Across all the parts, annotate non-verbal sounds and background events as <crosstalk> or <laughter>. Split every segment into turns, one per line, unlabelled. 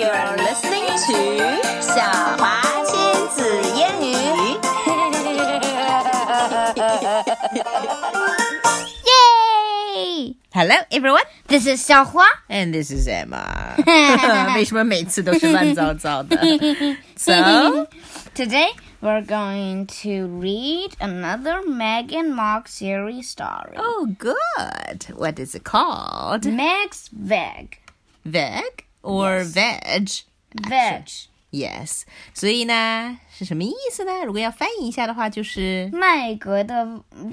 You're listening to 小华亲子英语。
Yay!
Hello everyone,
This is Xiaohua.
and this is <laughs> Emma. 为什么每次都是乱糟糟 <laughs> 的？So
Today we're going to read another Meg and Mark series story.
oh good. What is it called?
Meg's Veg.
Veg or veg?
Veg.
Yes，所以呢是什么意思呢？如果要翻译一下的话，就是
麦格的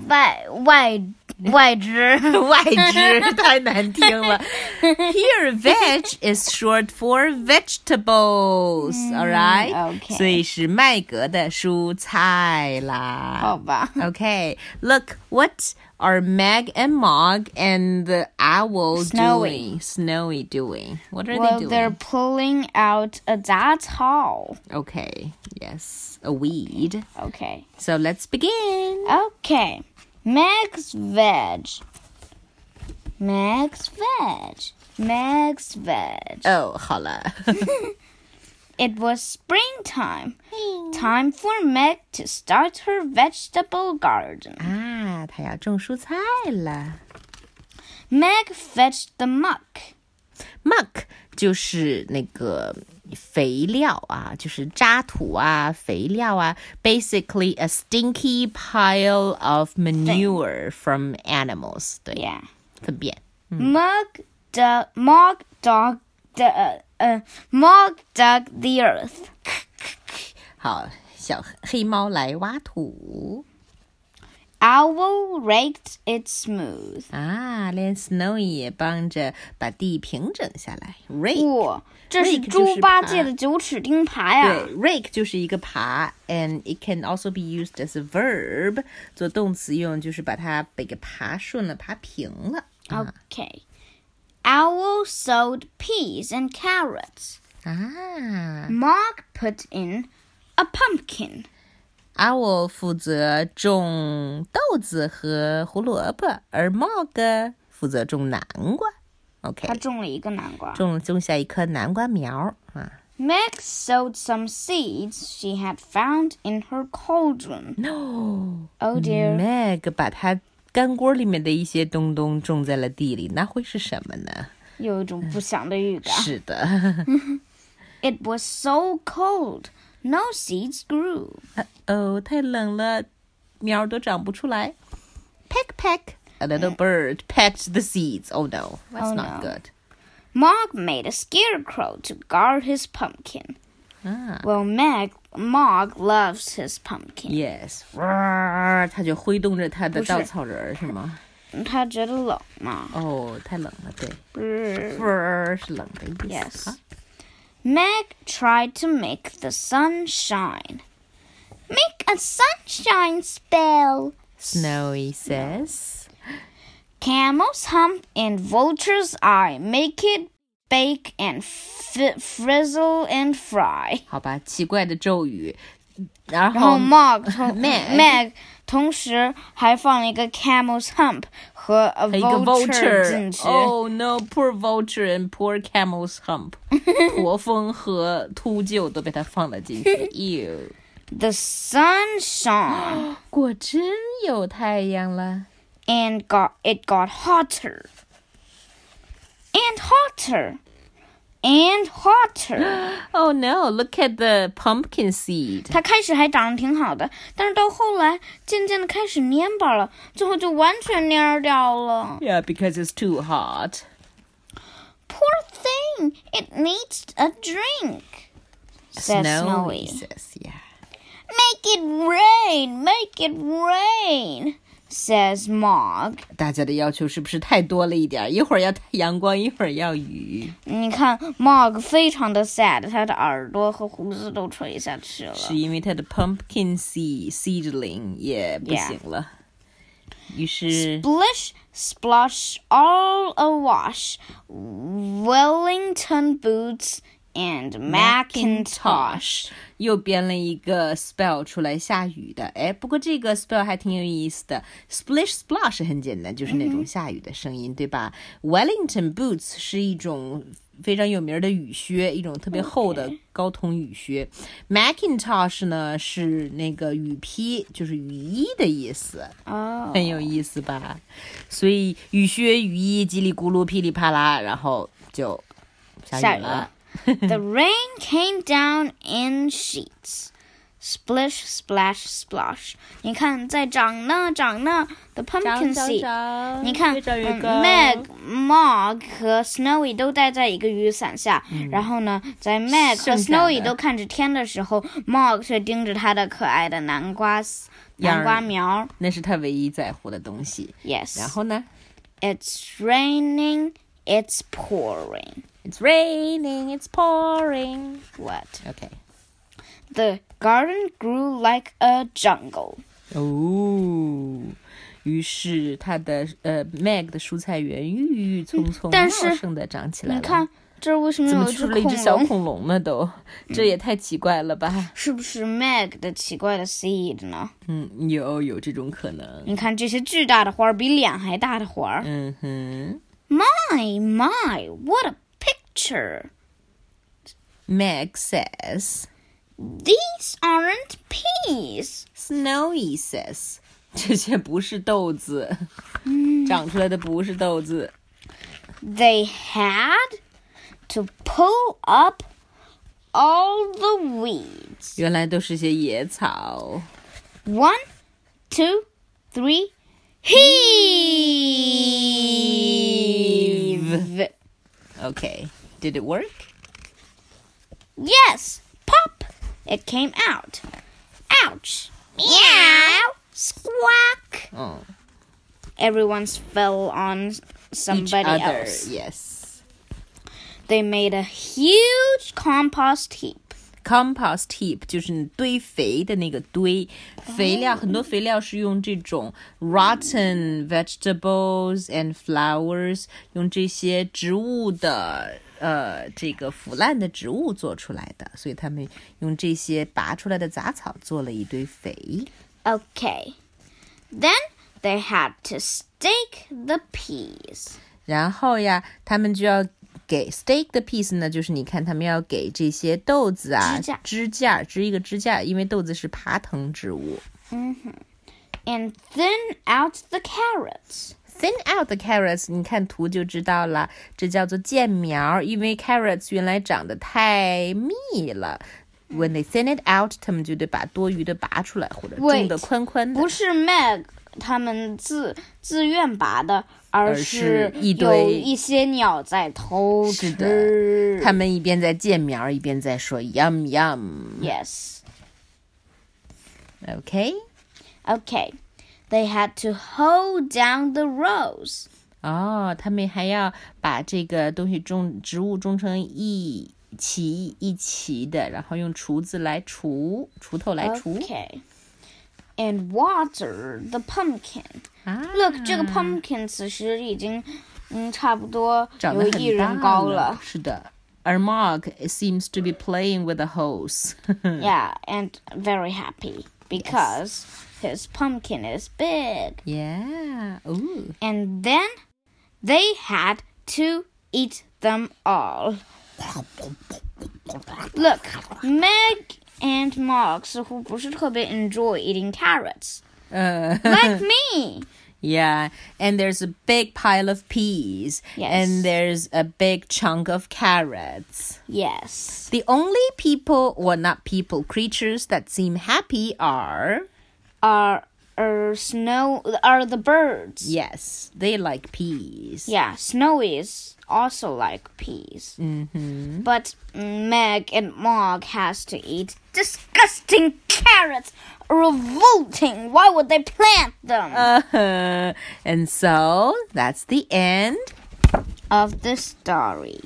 外外 <laughs> 外汁。
<laughs> 外汁，太难听 <laughs> 了。Here, veg is short for vegetables. All right，、
okay
所以是麦格的蔬菜啦。
好吧。
Okay, look, what are Meg and Mog and the owl
Snowy.
doing? Snowy doing. What are
Well,
they
they're
doing?
pulling out a dad's hall.
Okay, yes, a weed.
Okay.
So let's begin.
Okay. Meg's Veg. Meg's Veg. Meg's Veg.
Oh, 好 <laughs> 了。
It was springtime. Time for Meg to start her vegetable garden.
啊，Ah, 他要种蔬菜了。
Meg fetched the muck.
Muck 就是那个肥料啊，就是渣土啊，肥料啊。Basically, a stinky pile of manure from animals. 对，
Yeah.
粪便。
Mug dug, Mog dog, du- uh, uh, Mog dug the earth.
好，小黑猫来挖土
Owl raked it smooth.
啊，连 Snowy 也帮着把地平整下来。Rake，、
哇，这是猪八戒的九齿钉耙呀、
对，rake 就是一个耙，and it can also be used as a verb，做动词用，就是把它给给耙顺了、耙平了。
Okay. Owl sowed peas and carrots.
啊
Mog put in a pumpkin.
，owl 负责种豆子和胡萝卜，而 mog 负责种南瓜。OK，
他种了一个南瓜。
种种下一棵南瓜苗儿啊。
Meg sowed some seeds she had found in her cauldron.
No。
Oh dear.
Meg 把他干锅里面的一些东东种在了地里，那会是什么呢？
有一种不祥的预感。
是啊的 <laughs>
It was so cold, no seeds grew.
哦，太冷了，苗儿都长不出来。Peck peck, a little bird pecked the seeds. Oh no, that's
Oh,
not
no.
good.
Mog made a scarecrow to guard his pumpkin.
Ah.
Well, Meg, Mog loves his pumpkin.
Yes，哇，他就挥动着他的
不是
稻草人儿是吗？
他觉得冷嘛。
哦，太冷了，对，
Brr.
哇是冷的意思
Yes.
啊。
Meg tried to make the sun shine. Make a sunshine spell.
Snowy says.
Camel's hump and vulture's eye make it bake and f- frizzle and fry.
好吧，奇怪的咒语，然
然后
后 <laughs>
Mog 同
Meg
Meg 同时还放了一个 camel's hump 和 a
一个
vulture
vulture。
进去。
Oh no, poor vulture and poor camel's hump。驼峰和秃鹫都被它放了进去。You，
The sun shone
果真有太阳了。
and got it got hotter and hotter and hotter。
Oh no, look at the pumpkin seed。
它开始还长得挺好的，但是到后来渐渐的开始蔫巴了，最后就完全蔫掉了。
Yeah, because it's too hot.
Poor thing, it needs a drink. Says Snowy.
says, yeah.
Make it rain, make it rain, says Mog.
大家的要求是不是太多了一点儿？一会儿要阳光，一会儿要雨。
你看，Mog 非常的 sad，他的耳朵和胡子都垂下去了。
是因为它的 pumpkin seed seedling 也不
Yeah.
行了于是
Splish, splosh, all awash, Wellington boots and Macintosh.
又编了一个 spell 出来下雨的。哎，不过这个 spell 还挺有意思的。Splish splash 很简单，就是那种下雨的声音，对吧？Wellington boots 是一种非常有名的雨靴，一种特别厚的高筒雨靴。Macintosh 呢是那个雨披，就是雨衣的意思，
哦，
很有意思吧？所以雨靴、雨衣，叽里咕噜、噼里啪啦，然后就
下
下
雨
雨
了
了。
<laughs>
<laughs>
the rain came down in sheets. Splish, splash, splash. 你看，在长呢，长呢，the pumpkin
长
seed.
长
你看
越长越
嗯
高。
，Meg、Mog 和 Snowy 都待在一个雨伞下，然后呢，在 Meg
盛展
和 Snowy
嗯的
都看着天的时候，Mog 却盯着他的可爱的南瓜丝南
秧
瓜
儿
苗。
那是他唯一在乎的东西。然
Yes,
后呢
it's raining, it's pouring.
？It's raining, it's pouring.
What?
OK.
The garden grew like a jungle.
哦，于是他的呃 Meg 的蔬菜园郁郁葱葱，
但是
茂盛的长起来了。
你看，这儿为什么
怎么
有一
出
只
了一只
恐
小
龙？
恐龙呢？都，这也太奇怪了吧？
<laughs> 是不是 Meg 的奇怪的 seed 呢？
嗯，有有这种可能。
你看这些巨大的花儿，比脸还大的花儿。
嗯哼
My, my, what a picture!
，Meg says,
These aren't peas.
Snowy says，这 <laughs> 些不是豆子，
嗯
长出来的不是豆子。
They had to pull up all the weeds.
原来都是些野草。
One, two, three, heave!
Okay, did it work?
Yes, pop! It came out. Ouch! Meow! Squawk!
嗯
Everyone's fell on
each
somebody
other,
else.
yes.
They made a huge compost heap.
Compost heap 就是你堆肥的那个堆，
哦
肥料很多肥料是用这种 rotten vegetables and flowers，用这些植物的呃这个腐烂的植物做出来的，所以他们用这些拔出来的杂草做了一堆肥。
Okay. Then they had to stake the peas.
然后呀，他们就要给 stake the piece 呢，就是你看他们要给这些豆子啊
支架
支架支一个支架，因为豆子是爬藤植物。
And thin out the carrots.
Thin out the carrots，你看图就知道了，这叫做间苗，因为 carrots 原来长得太密了。When
嗯
they thin it out，他们就得把多余的拔出来，或者
Wait，
种的宽宽的。
不是 Meg 他们自自愿拔的，而
而
是
是一堆。
有一些鸟在偷
是的，
吃。
他们一边在间苗，一边在说 yum yum。
Yes.
OK，
Okay. They had to hoe down the rows.
哦，他们还要把这个东西种植物种成一齐一齐的，然后用锄子来锄，锄头来锄
Okay. And water the pumpkin.
啊。
Look，、这个 pumpkin 此时已经，嗯，差不多
长得
有
很
一人
大
高
了。是的。而 Mark seems to be playing with a hose 。 <laughs>
Yeah, and very happy because his pumpkin is big.
yeah. Ooh.
And then they had to eat them all. Look, Meg and Mark 似乎不是特别 enjoy eating carrots
呃、
like me.
yeah. And there's a big pile of peas.
Yes.
And there's a big chunk of carrots.
Yes.
The only people, or not people, creatures that seem happy are.
Are are snow are the birds?
Yes, they like peas.
Yeah, Snowy is also like peas. Mm-hmm. But Meg and Mog has to eat disgusting carrots. Revolting. Why would they plant them?
Uh-huh. <laughs> And so that's the end.
of the story.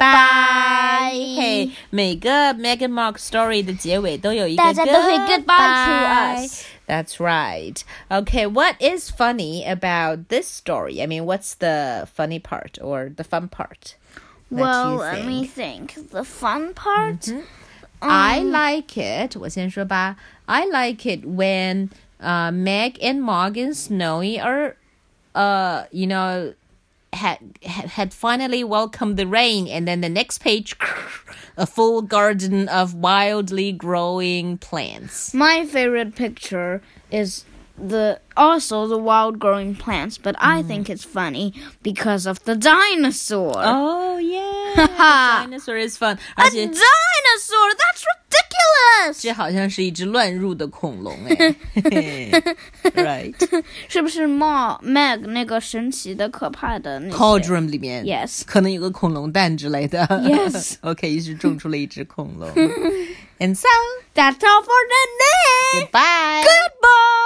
Goodbye. Hey，每个 Megan Mark story 的结尾都有一个
大家都会 goodbye to
goodbye.
us.
That's right. Okay, what is funny about this story? I mean, what's the funny part or the fun part? that you
well, let
think?
me think. Mm-hmm. The fun part?
I like it. 我先说吧. I like it when uh, Meg and Mog and Snowy are, uh, you know, had had finally welcomed the rain, and then the next page, <laughs> a full garden of wildly growing plants.
My favorite picture is the also the wild growing plants, but I think it's funny because of the dinosaur.
Oh <laughs> yeah, the dinosaur is fun，而 <laughs>
A
且
dinosaur! That's ridiculous!
这好像是一只乱入的恐龙哎 <laughs> ，right？Cauldron
是不是 Ma Meg 那个神奇的、可怕的那些
里面
Yes.
可能有个恐龙蛋之类的 <laughs>
Yes.
OK，于是种出了一只恐龙。And <laughs> so
That's all for today.
goodbye.
Goodbye.